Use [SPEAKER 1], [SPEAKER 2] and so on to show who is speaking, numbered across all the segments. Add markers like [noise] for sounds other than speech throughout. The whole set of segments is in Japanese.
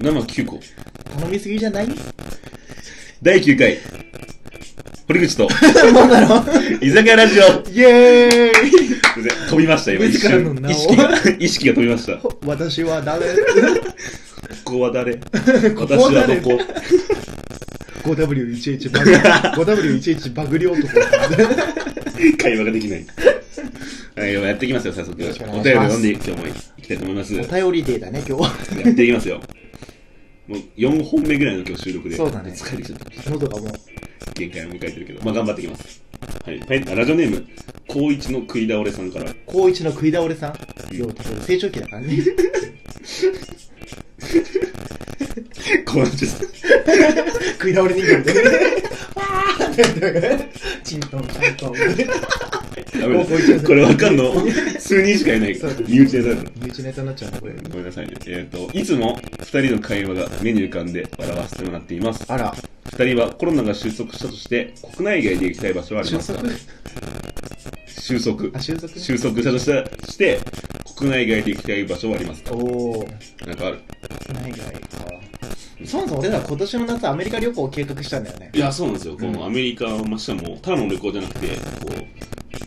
[SPEAKER 1] 生9個。
[SPEAKER 2] 頼みすぎじゃない
[SPEAKER 1] 第9回。堀口と、
[SPEAKER 2] なんだろう
[SPEAKER 1] 居酒屋ラジオ。
[SPEAKER 2] [laughs] イエーイ
[SPEAKER 1] すいません飛びました、今一
[SPEAKER 2] 自らの
[SPEAKER 1] 瞬。
[SPEAKER 2] 名を
[SPEAKER 1] 意識が、意識が飛びました。こ
[SPEAKER 2] 私は誰
[SPEAKER 1] こは
[SPEAKER 2] [laughs]
[SPEAKER 1] 誰
[SPEAKER 2] こ
[SPEAKER 1] 私
[SPEAKER 2] こは
[SPEAKER 1] は
[SPEAKER 2] 誰
[SPEAKER 1] どこ
[SPEAKER 2] ?5W11 バグ、5W11 バグリ男。
[SPEAKER 1] 会話ができない。はい、でもやっていきますよ、早速。お便
[SPEAKER 2] しくお
[SPEAKER 1] り
[SPEAKER 2] 願
[SPEAKER 1] を
[SPEAKER 2] いします
[SPEAKER 1] 読んでいき今日もいきたいと思います。や
[SPEAKER 2] お便りデーだね、今日は。
[SPEAKER 1] っていきますよ。もう4本目ぐらいの今日収録で。
[SPEAKER 2] そうだね
[SPEAKER 1] 疲れてきちゃった。
[SPEAKER 2] 喉がもう、
[SPEAKER 1] 限界を迎えてるけど。まあ頑張っていきます。はい。ペンラジオネーム、高一の食い倒れさんから。
[SPEAKER 2] [laughs] 高一の食い倒れさん。よう、成長期だからね。
[SPEAKER 1] 高一さん。
[SPEAKER 2] 食い倒れ
[SPEAKER 1] [laughs]
[SPEAKER 2] 人間で。わーって。チントン、チントン。
[SPEAKER 1] ダメだ
[SPEAKER 2] 高校一年生
[SPEAKER 1] これわかんの
[SPEAKER 2] [laughs]
[SPEAKER 1] 数人しかいないから
[SPEAKER 2] そうで。す
[SPEAKER 1] 身内でされるの。
[SPEAKER 2] 身内ネタになっちゃうな、これ。
[SPEAKER 1] ごめんなさいね。えっ、と、いつも二人の会話が目に浮かんで笑わせてもらっています。
[SPEAKER 2] あら、
[SPEAKER 1] 二人はコロナが収束したとして、国内外で行きたい場所はありま
[SPEAKER 2] 収
[SPEAKER 1] すか
[SPEAKER 2] 束
[SPEAKER 1] 収束。
[SPEAKER 2] あ、収束
[SPEAKER 1] 収束したとしたして、国内外で行きたい場所はありますか
[SPEAKER 2] おー。
[SPEAKER 1] なんかある
[SPEAKER 2] ないがいか。そもそも俺ら今年の夏アメリカ旅行を計画したんだよね
[SPEAKER 1] い。や、そうなんですよ。こ
[SPEAKER 2] う
[SPEAKER 1] の
[SPEAKER 2] ん
[SPEAKER 1] アメリカを、ましても、ただの旅行じゃなくて、こ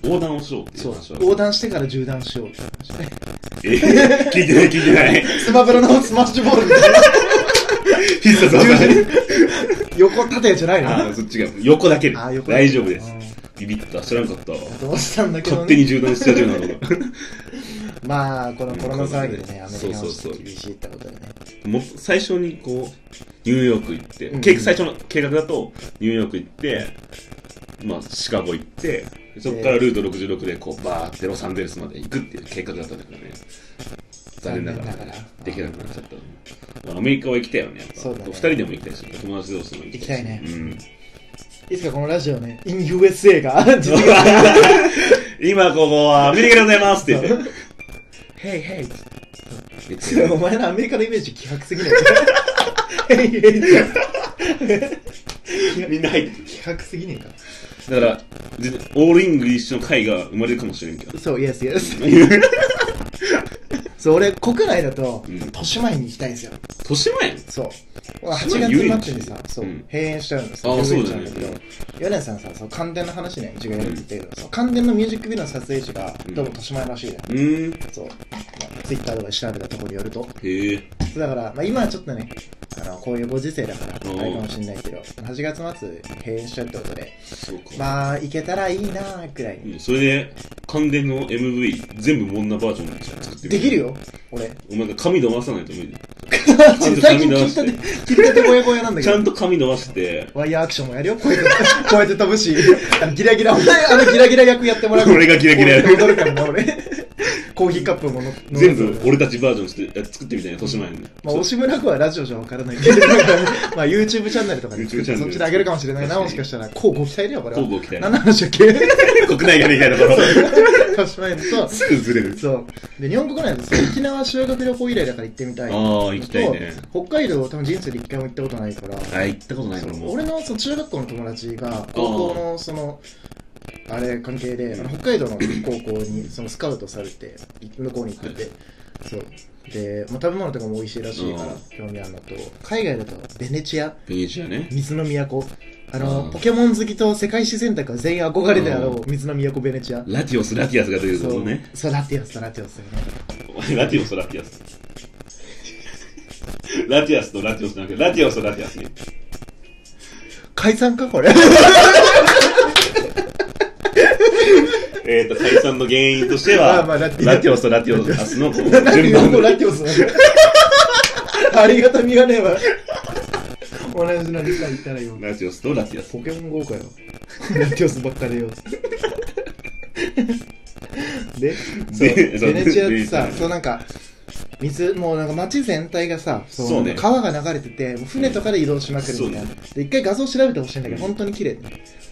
[SPEAKER 1] う、横断をしようっていう
[SPEAKER 2] そう
[SPEAKER 1] 話。は。
[SPEAKER 2] 横断してから縦断しようって話ね。
[SPEAKER 1] え聞いてない聞いてない。
[SPEAKER 2] スマブラのスマッシュボールみたいな。
[SPEAKER 1] ピッツァさん。
[SPEAKER 2] 横縦じゃないの
[SPEAKER 1] あー、そっちが、横だけで
[SPEAKER 2] あー横だけ
[SPEAKER 1] 大丈夫です
[SPEAKER 2] あ。
[SPEAKER 1] ビビった。知らなかったわ。
[SPEAKER 2] どうしたんだけど
[SPEAKER 1] 勝手
[SPEAKER 2] ね。
[SPEAKER 1] に縦断しちゃうようなこと。
[SPEAKER 2] まあ、このコロナ騒ぎでね、アメ
[SPEAKER 1] そ
[SPEAKER 2] リ
[SPEAKER 1] う
[SPEAKER 2] カ
[SPEAKER 1] そ
[SPEAKER 2] の
[SPEAKER 1] うそう
[SPEAKER 2] 人厳しいってことでね。
[SPEAKER 1] [laughs] もう最初にこうニューヨーク行って、
[SPEAKER 2] うん
[SPEAKER 1] 計画最初の計画だとニューヨーク行って、まあ、シカゴ行ってそこからルート66でこうバーってロサンゼルスまで行くっていう計画だったんだけどね残念ながら
[SPEAKER 2] 残念ながら
[SPEAKER 1] できなくなっちゃったアメリカは行きたいよねやっぱ
[SPEAKER 2] そうだね
[SPEAKER 1] 2人でも行きたいし友達同士でも行きたいし
[SPEAKER 2] 行きた
[SPEAKER 1] うん、 [laughs]
[SPEAKER 2] いつかこのラジオね、in USA が、実は
[SPEAKER 1] 今ここはアメリカでございますって言って「ヘイヘイ」って言って
[SPEAKER 2] [laughs] お前のアメリカのイメージ希薄す
[SPEAKER 1] [laughs]
[SPEAKER 2] ぎないへいへいって
[SPEAKER 1] みんな入って
[SPEAKER 2] 希薄すぎねえか。
[SPEAKER 1] だから全然オールイングリッシュの会が生まれるかもしれんけど
[SPEAKER 2] そう、イエスイエス。
[SPEAKER 1] [laughs]
[SPEAKER 2] そう、俺、国内だと、
[SPEAKER 1] うん
[SPEAKER 2] 豊島園に行きたいんですよ。
[SPEAKER 1] 豊島園
[SPEAKER 2] そう。
[SPEAKER 1] 島
[SPEAKER 2] 8
[SPEAKER 1] 遊園
[SPEAKER 2] 月
[SPEAKER 1] 地
[SPEAKER 2] 末にさ、そう
[SPEAKER 1] うん、
[SPEAKER 2] 閉園しちゃうんです
[SPEAKER 1] ああ
[SPEAKER 2] 遊園地なん
[SPEAKER 1] そうだよね
[SPEAKER 2] ヨネさんさ、そう、関電の話ね、うちがやるって言ったけど、そう、関電のミュージックビデオの撮影地が、
[SPEAKER 1] うん
[SPEAKER 2] どうも豊島園らしいだよ。
[SPEAKER 1] うーん
[SPEAKER 2] そう。まあ、ツイッターとかで調べたところによると。
[SPEAKER 1] へえ
[SPEAKER 2] そうだから、まあ今はちょっとね、あの、こういうご時世だから、あ
[SPEAKER 1] うん
[SPEAKER 2] れかもしれないけど、8月末、閉園しちゃうってことで、
[SPEAKER 1] そうか、
[SPEAKER 2] まあ、行けたらいいなーくらいに。
[SPEAKER 1] うんそれで関電の MV 全部モンナバージョンなんじゃん作ってみ
[SPEAKER 2] できるよ、俺。
[SPEAKER 1] お前が髪伸ばさないと無理ちゃんと髪
[SPEAKER 2] 最
[SPEAKER 1] 伸
[SPEAKER 2] 近
[SPEAKER 1] ば
[SPEAKER 2] 聞い
[SPEAKER 1] したて
[SPEAKER 2] て、聞いたてぼやぼやなんだけ
[SPEAKER 1] ちゃ
[SPEAKER 2] ど
[SPEAKER 1] ん。と髪伸ばして [laughs]
[SPEAKER 2] ワイヤーアクションもやるよ、こうやって、こうやって飛ぶし、あのギラギラ、お前あ
[SPEAKER 1] [laughs]
[SPEAKER 2] のギラギラ役やってもらう。
[SPEAKER 1] 俺がギラギラ役
[SPEAKER 2] [laughs] 役。踊るからな、俺。コーヒーカップもの
[SPEAKER 1] 全部。俺たちバージョンしてえ作ってみたいな豊島園で、
[SPEAKER 2] まあ、
[SPEAKER 1] そう
[SPEAKER 2] 押し村区はラジオじゃわからな
[SPEAKER 1] [laughs]
[SPEAKER 2] いけど、なんかねまあ、YouTube チャンネルとかで、
[SPEAKER 1] YouTube チャンネル
[SPEAKER 2] そっちであげるかもしれないな、
[SPEAKER 1] 確かに
[SPEAKER 2] もしかしたら。こうご期待だよ、これは。
[SPEAKER 1] 乞うご期待
[SPEAKER 2] 何の話だっけ [laughs]
[SPEAKER 1] 国内ができないところ
[SPEAKER 2] 確かに。そう。
[SPEAKER 1] すぐずれる
[SPEAKER 2] そう。で、日本国内だとそう沖縄修学旅行以来だから行ってみたい。
[SPEAKER 1] ああ行きたいね
[SPEAKER 2] と北海道多分人生で一回も行ったことないから。
[SPEAKER 1] あ行ったことない俺も
[SPEAKER 2] 俺のその中学校の友達が高校のそのあれ関係であの北海道の高校にそのスカウトされて向こうに行ってて、そうで、まあ、食べ物とかも美味しいらしいから
[SPEAKER 1] うん
[SPEAKER 2] 興味あるのと海外だとベネチア
[SPEAKER 1] ベネチアね
[SPEAKER 2] 水の都あ
[SPEAKER 1] う
[SPEAKER 2] の
[SPEAKER 1] ん
[SPEAKER 2] ポケモン好きと世界史選択は全員憧れてあろう水の都ベネチア
[SPEAKER 1] ラティオスラティアスが出てくる
[SPEAKER 2] そ
[SPEAKER 1] こ
[SPEAKER 2] う
[SPEAKER 1] とね
[SPEAKER 2] そうラティオスとラティオスよね
[SPEAKER 1] お前ラティオスとラティアスラティアスとラティオスじゃなくてラティオスとラティアスね
[SPEAKER 2] 解散かこれ
[SPEAKER 1] えー、と解散の原因として
[SPEAKER 2] ま
[SPEAKER 1] は、
[SPEAKER 2] あまあ
[SPEAKER 1] ラ
[SPEAKER 2] ラ
[SPEAKER 1] テ
[SPEAKER 2] ティ
[SPEAKER 1] ィオスとラティオスのこう順
[SPEAKER 2] ラティオス
[SPEAKER 1] 番
[SPEAKER 2] とラティオスなん
[SPEAKER 1] [laughs]
[SPEAKER 2] だありがたみがねえわ同じのにさ言ったらよ
[SPEAKER 1] ラティオスとラティオス。
[SPEAKER 2] ポケモン GO かよ。ラティオスばっかりよ。で、そう
[SPEAKER 1] でそう
[SPEAKER 2] ベネチアって
[SPEAKER 1] ベネ
[SPEAKER 2] さ、
[SPEAKER 1] チア
[SPEAKER 2] そうなんか、水、もうなんか街全体がさ、そう
[SPEAKER 1] そうね
[SPEAKER 2] 川が流れてて、もう船とかで移動しまくるみたいな。で、一回画像調べてほしいんだけど、本当に綺麗で。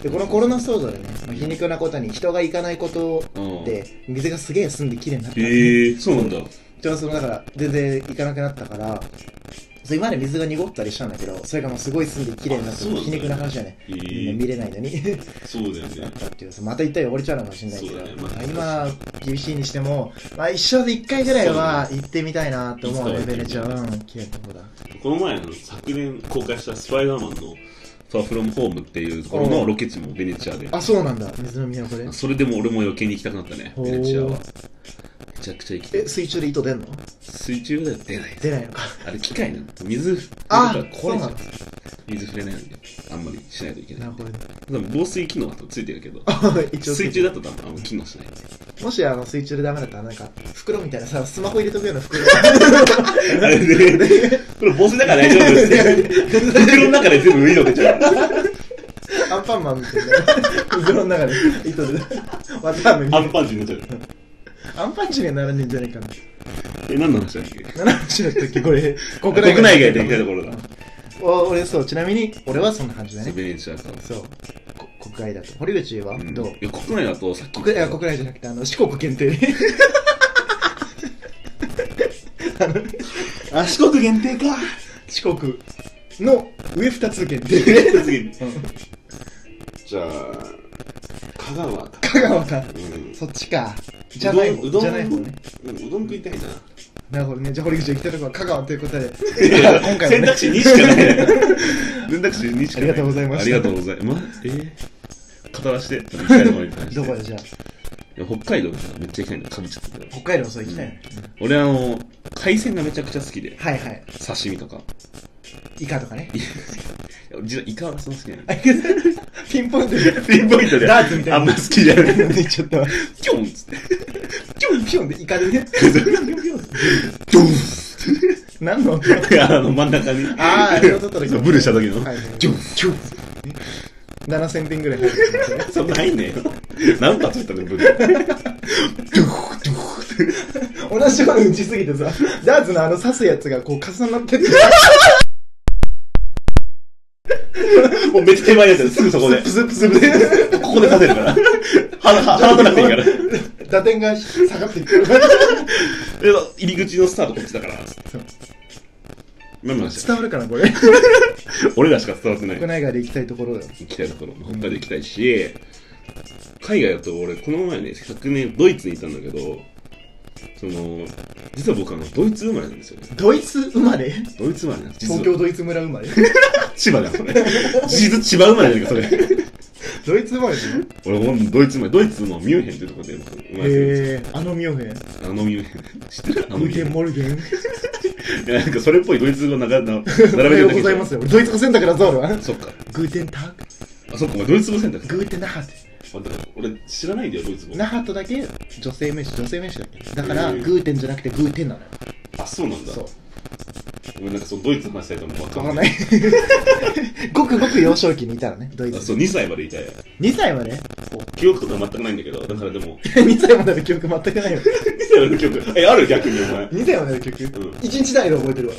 [SPEAKER 2] で、このコロナ騒動でね、まあ皮肉なことに人が行かないことで、水がすげえ澄んで綺麗になった。
[SPEAKER 1] へえー、そうなんだ。
[SPEAKER 2] じゃあそのだから全然行かなくなったからそう今まで水が濁ったりしたんだけどそれがもうすごい澄んで綺麗になっ
[SPEAKER 1] あ
[SPEAKER 2] て
[SPEAKER 1] そうなんだ
[SPEAKER 2] 皮肉な話だね、
[SPEAKER 1] へえ
[SPEAKER 2] みんな見れないのに
[SPEAKER 1] そうだよ
[SPEAKER 2] だっ
[SPEAKER 1] ね。
[SPEAKER 2] たっていうそうまた一体汚れちゃうのかもしれないけど、
[SPEAKER 1] そうだねまた
[SPEAKER 2] 今 PBC にしても、まあ、一生で一回ぐらいは行ってみたいなって思うレ
[SPEAKER 1] そうだね
[SPEAKER 2] ベルじゃうん綺麗なとこだ
[SPEAKER 1] この前の昨年公開したスパイダーマンのファーフロムホームっていうところのロケ地もベネチアで。
[SPEAKER 2] あそうなんだ水の都で
[SPEAKER 1] それでも俺も余計に行きたくなったね、
[SPEAKER 2] ほう
[SPEAKER 1] ベネチアは。めちゃくちゃ行きたい
[SPEAKER 2] え。水中で糸出んの
[SPEAKER 1] 水中では出ない。
[SPEAKER 2] 出ないのか
[SPEAKER 1] あれ機械なの。水、
[SPEAKER 2] あ
[SPEAKER 1] なんか壊れちゃ
[SPEAKER 2] そうな
[SPEAKER 1] う
[SPEAKER 2] の。
[SPEAKER 1] 水触れないので、あんまりしないといけな
[SPEAKER 2] ないる。ほどね
[SPEAKER 1] でも防水機能はついてるけど、
[SPEAKER 2] [laughs] 一応
[SPEAKER 1] 水中だと多分あんま機能しない。
[SPEAKER 2] もしあの水中でダメだったらなんか袋みたいなさスマホ入れとくような [laughs] 袋
[SPEAKER 1] あれね、これ防水だから大丈夫ですって。袋の中で全部海のけちゃう。
[SPEAKER 2] アンパンマンみたいな袋の中で糸 [laughs] で綿あめみた
[SPEAKER 1] ア
[SPEAKER 2] い
[SPEAKER 1] ンパンチになっちゃう。
[SPEAKER 2] なアンパンチにはならねえんじゃないかな
[SPEAKER 1] え、何の話だっけ
[SPEAKER 2] 何しだったっけこれ国
[SPEAKER 1] [laughs] 国内外で行きたいところだ。
[SPEAKER 2] お俺そうちなみに俺はそんな感じだ
[SPEAKER 1] そう
[SPEAKER 2] ね
[SPEAKER 1] ベネチアか。
[SPEAKER 2] そうこ国外だと堀口は
[SPEAKER 1] うん
[SPEAKER 2] どう、
[SPEAKER 1] いや国内だとさっき
[SPEAKER 2] 国内あ国内じゃなくてあの四国限定で [laughs]
[SPEAKER 1] あ四国限定か
[SPEAKER 2] 四国の上二つ限定 [laughs] で
[SPEAKER 1] 次じゃあ香川か
[SPEAKER 2] 香川か
[SPEAKER 1] うん
[SPEAKER 2] そっちかじゃない方
[SPEAKER 1] うどん
[SPEAKER 2] じゃない方ね
[SPEAKER 1] うんうどん食いたいな
[SPEAKER 2] なるほどね。じゃあ、堀口行きたいとこは香川ということで、 [laughs] 今回
[SPEAKER 1] 選
[SPEAKER 2] もね
[SPEAKER 1] 択、肢2しかない選択肢2しかない
[SPEAKER 2] ありがとうございました
[SPEAKER 1] ありがとうございますえー語らして行きたいところに対して
[SPEAKER 2] どこでじゃあ、
[SPEAKER 1] いや北海道めっちゃ行きたいんだかぶっちゃってた
[SPEAKER 2] 北海道もそう行きたいね。
[SPEAKER 1] 俺あの海鮮がめちゃくちゃ好きで
[SPEAKER 2] はいはい。
[SPEAKER 1] 刺身とか
[SPEAKER 2] イカとかね。
[SPEAKER 1] いや俺実はイカはそんな好きじゃない
[SPEAKER 2] [laughs] ピンポイントで。
[SPEAKER 1] ピンポイントで
[SPEAKER 2] ダーツみたいな。
[SPEAKER 1] あんま好きじゃない
[SPEAKER 2] 言 [laughs] っちゃったわ。
[SPEAKER 1] キョンっつって
[SPEAKER 2] ピョンピョンでイカで
[SPEAKER 1] [laughs]
[SPEAKER 2] ね。ピョンピョンピ
[SPEAKER 1] ドゥンっつって
[SPEAKER 2] ョン。何の音
[SPEAKER 1] あの真ん中に
[SPEAKER 2] あーあれを撮った時
[SPEAKER 1] そうブルした時の、
[SPEAKER 2] はいはい
[SPEAKER 1] ジョンジョン
[SPEAKER 2] ?7000 点ぐらい入ってるんですよね。
[SPEAKER 1] そうないね何発したのブルドゥフドゥフ
[SPEAKER 2] 同じところに打ちすぎてさ、ダーツのあの刺すやつがこう重なってって、
[SPEAKER 1] もうめっちゃ手前ですよすぐそこで
[SPEAKER 2] プスプスプス。
[SPEAKER 1] ここで立てるから離離さなくていいから
[SPEAKER 2] 打点が下がっていくる。
[SPEAKER 1] で入り口のスタートこっちだから
[SPEAKER 2] そう
[SPEAKER 1] 何の話だ
[SPEAKER 2] 伝わるかな、これ。
[SPEAKER 1] 俺らしか伝わってない
[SPEAKER 2] 国内外で行きたいところだよ。
[SPEAKER 1] 行きたいところ北海道行きたいし海外だと俺この前ね昨年ドイツにいたんだけどその実は僕あのドイツ生まれなんですよね
[SPEAKER 2] ドイツ生まれ
[SPEAKER 1] ドイツ生まれなんです実は
[SPEAKER 2] 東京ドイツ村生まれ
[SPEAKER 1] 千葉だよそれ実質千葉生まれじゃないかそれ
[SPEAKER 2] ドイツ生まれじゃん
[SPEAKER 1] 俺ほんドイツ生まれドイツのミュンヘンっていうところで生まれてるんですよ
[SPEAKER 2] へえあのミョヘ
[SPEAKER 1] あ
[SPEAKER 2] ン
[SPEAKER 1] のミュンヘン知ってるあの
[SPEAKER 2] ム
[SPEAKER 1] ミュン
[SPEAKER 2] ゲ
[SPEAKER 1] ヘ
[SPEAKER 2] ンモルゲン
[SPEAKER 1] ンいやなんかそれっぽいドイツ語なが並べて
[SPEAKER 2] おは
[SPEAKER 1] る
[SPEAKER 2] よ
[SPEAKER 1] だけ
[SPEAKER 2] うご
[SPEAKER 1] じ
[SPEAKER 2] ざ
[SPEAKER 1] ゃ
[SPEAKER 2] い
[SPEAKER 1] ん
[SPEAKER 2] ますよドイツ語選択だぞ俺は
[SPEAKER 1] そっか
[SPEAKER 2] グーテンタック
[SPEAKER 1] あそっかお前ドイツ語選択
[SPEAKER 2] グーテンナハト
[SPEAKER 1] あだから俺知らないんだよドイツ語
[SPEAKER 2] ナハトだけ女性名詞女性名詞だっけだから
[SPEAKER 1] へえ
[SPEAKER 2] グーテンじゃなくてグーテンなのよ
[SPEAKER 1] あそうなんだ
[SPEAKER 2] そう
[SPEAKER 1] ごめんなんかそのドイツの話したいともわか
[SPEAKER 2] わ
[SPEAKER 1] ん
[SPEAKER 2] か
[SPEAKER 1] ない
[SPEAKER 2] んない [laughs] ごくごく幼少期にいたのねドイ
[SPEAKER 1] あ
[SPEAKER 2] ツ
[SPEAKER 1] そう2歳までいたよ
[SPEAKER 2] 2歳まで [laughs]
[SPEAKER 1] 記憶とか全くないんだけどだからでも2
[SPEAKER 2] 2歳までの記憶全くないよ
[SPEAKER 1] 歳までの記憶えある逆にお前
[SPEAKER 2] 2歳までの記憶
[SPEAKER 1] うん
[SPEAKER 2] 1日単位で覚えてるわ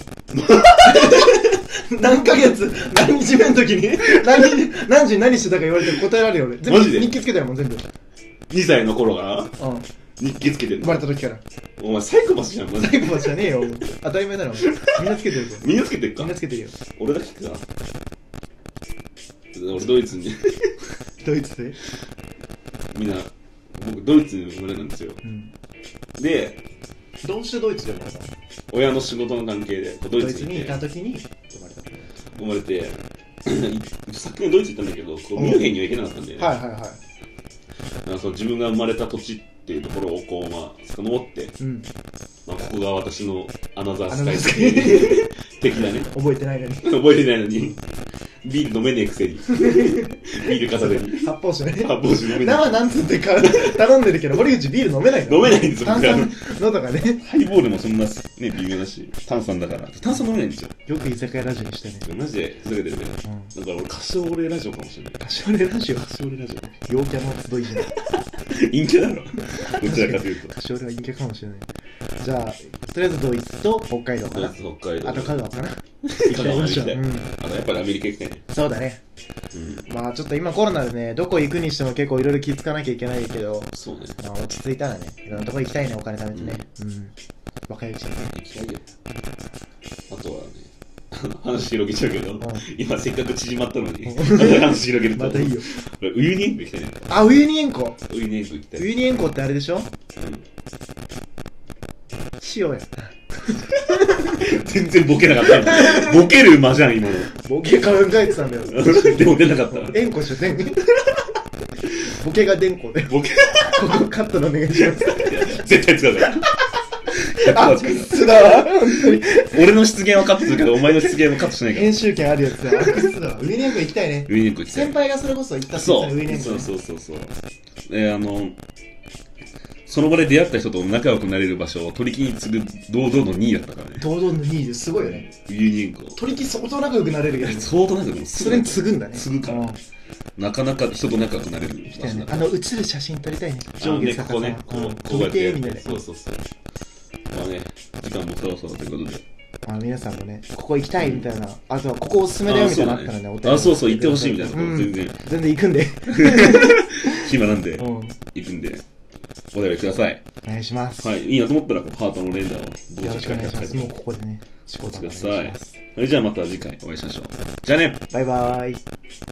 [SPEAKER 1] [laughs]
[SPEAKER 2] 何ヶ月何日目の時に何日何時に何してたか言われて答えられるよ俺全部
[SPEAKER 1] マジで
[SPEAKER 2] 日記つけたよもう全部う
[SPEAKER 1] 2歳の頃が
[SPEAKER 2] ん
[SPEAKER 1] 日記つけてん
[SPEAKER 2] 生ま
[SPEAKER 1] の
[SPEAKER 2] れた時から
[SPEAKER 1] お前サイコパスじゃんマジ
[SPEAKER 2] サ
[SPEAKER 1] で
[SPEAKER 2] イコパスじゃねえよ当たり前だろみんなつけてるぞ
[SPEAKER 1] みんなつけてっか
[SPEAKER 2] みんなつけてるよ
[SPEAKER 1] 俺だけか俺ドイツに
[SPEAKER 2] ドイツで
[SPEAKER 1] みんな僕ドイツに生まれなんですよ
[SPEAKER 2] うん
[SPEAKER 1] で
[SPEAKER 2] どうしてドイツで生まれた
[SPEAKER 1] 親の仕事の関係でド
[SPEAKER 2] ド
[SPEAKER 1] イ
[SPEAKER 2] イ
[SPEAKER 1] ツ
[SPEAKER 2] ツ
[SPEAKER 1] に
[SPEAKER 2] に
[SPEAKER 1] い
[SPEAKER 2] い
[SPEAKER 1] て
[SPEAKER 2] た時に生まれた
[SPEAKER 1] 生まれて昨年ドイツ行ったんだけどこうミュンヘンには行けなかったんで、
[SPEAKER 2] はいはいは
[SPEAKER 1] なんかその自分が生まれた土地っていうところをこうまあ遡って、
[SPEAKER 2] いうん
[SPEAKER 1] まあ、ここが私のアナザー
[SPEAKER 2] あ
[SPEAKER 1] ス
[SPEAKER 2] の
[SPEAKER 1] カイ
[SPEAKER 2] 覚
[SPEAKER 1] [laughs] 的なね
[SPEAKER 2] えてないのに
[SPEAKER 1] 覚えてないのにビール飲めねえくせにビール片手に
[SPEAKER 2] 発泡酒ね
[SPEAKER 1] 発泡酒飲めない
[SPEAKER 2] 生なんつってか頼んでるけど堀口ビール飲めないから
[SPEAKER 1] 飲めないんですよ
[SPEAKER 2] 炭酸のとかね
[SPEAKER 1] ハイボールもそんなね微妙だし炭酸だから炭酸飲めないんですよ
[SPEAKER 2] よく居酒屋ラジオにしてね
[SPEAKER 1] マジでふざけてるね
[SPEAKER 2] うん
[SPEAKER 1] だから俺カシオレラジオかもしれない
[SPEAKER 2] カシオレラジオ
[SPEAKER 1] カシオレラジ
[SPEAKER 2] 陽キャの集いじゃない
[SPEAKER 1] オ陰キャだろ [laughs] どちらかというと
[SPEAKER 2] カシオレは陰キャかもしれないじゃあとりあえずドイツと北海道か
[SPEAKER 1] ドイ
[SPEAKER 2] な
[SPEAKER 1] ツ北海道
[SPEAKER 2] あと香川かな
[SPEAKER 1] 香川行きたい
[SPEAKER 2] うん
[SPEAKER 1] あとやっぱりアメリカ行きたいね
[SPEAKER 2] そうだね
[SPEAKER 1] うん
[SPEAKER 2] まあちょっと今コロナでねどこ行くにしても結構いろいろ気付かなきゃいけないけど
[SPEAKER 1] そうね
[SPEAKER 2] まあ落ち着いたらねいろんなとこ行きたいねお金貯めてねうん若いうちにね
[SPEAKER 1] 行きたいよあとはね [laughs] 話広げちゃうけど
[SPEAKER 2] ん、
[SPEAKER 1] 今せっかく縮まったのに、また話広げると。
[SPEAKER 2] [laughs] またいいよ。
[SPEAKER 1] 俺ウユニ塩湖行きたいね。
[SPEAKER 2] あ、ウユニ塩湖。
[SPEAKER 1] ウユニ塩湖行きたい。
[SPEAKER 2] ウユニ塩湖ってあれでしょ塩や。
[SPEAKER 1] 全然ボケなかった。ボケる間じゃん、今の。
[SPEAKER 2] ボケ考えてた
[SPEAKER 1] [laughs]
[SPEAKER 2] んだよ。
[SPEAKER 1] でも出なかった。
[SPEAKER 2] 塩湖しょ、全ボケが電
[SPEAKER 1] [laughs]
[SPEAKER 2] 湖で。こ
[SPEAKER 1] ボケ、
[SPEAKER 2] こカットのお願いします。
[SPEAKER 1] 絶対使うから。
[SPEAKER 2] あ、クスだわ。本当に。
[SPEAKER 1] 俺の出現はカットするけど、お前の出現もカットしないから。
[SPEAKER 2] 編集権あるやつだ。あクスだわ。ウユニ塩湖行きたいね。
[SPEAKER 1] ウユニ塩湖行きたい
[SPEAKER 2] 先。輩がそれこそ行ったって言っ
[SPEAKER 1] そう
[SPEAKER 2] てたねウユニ塩湖
[SPEAKER 1] そ
[SPEAKER 2] ね
[SPEAKER 1] う。そうそうそうえーあのその場で出会った人と仲良くなれる場所を取り木に次ぐ堂々の2位だったからね
[SPEAKER 2] 堂々の2位ですごいよね。
[SPEAKER 1] 輸入校
[SPEAKER 2] 取り木相当仲良くなれるけど、
[SPEAKER 1] 相当なんかもう
[SPEAKER 2] それに次ぐんだね。
[SPEAKER 1] 次ぐから
[SPEAKER 2] うん
[SPEAKER 1] なかなか人と仲良くなれる場所だ
[SPEAKER 2] あの写る写真撮りたいね。
[SPEAKER 1] あのねここねこうこうやって
[SPEAKER 2] みたいな。
[SPEAKER 1] そうそうそうまあね時間もそろそろということで
[SPEAKER 2] まあ皆さんもね、ここ行きたいみたいな、あとはここおすすめだよみたいなのあったらね、お便り
[SPEAKER 1] あそうそう行ってほしいみたいなとこ
[SPEAKER 2] うん
[SPEAKER 1] 全然
[SPEAKER 2] 全然行くんで。
[SPEAKER 1] 暇なんで
[SPEAKER 2] うん。お
[SPEAKER 1] 行くんでお便りください
[SPEAKER 2] 願いします。
[SPEAKER 1] はいいいなと思ったらこうハートの連打をどう
[SPEAKER 2] よろしくお願いします。
[SPEAKER 1] 書
[SPEAKER 2] も
[SPEAKER 1] いうて
[SPEAKER 2] ここでね、仕事
[SPEAKER 1] くださいそれじゃあまた次回お会いしましょうじゃあね
[SPEAKER 2] バイバイ。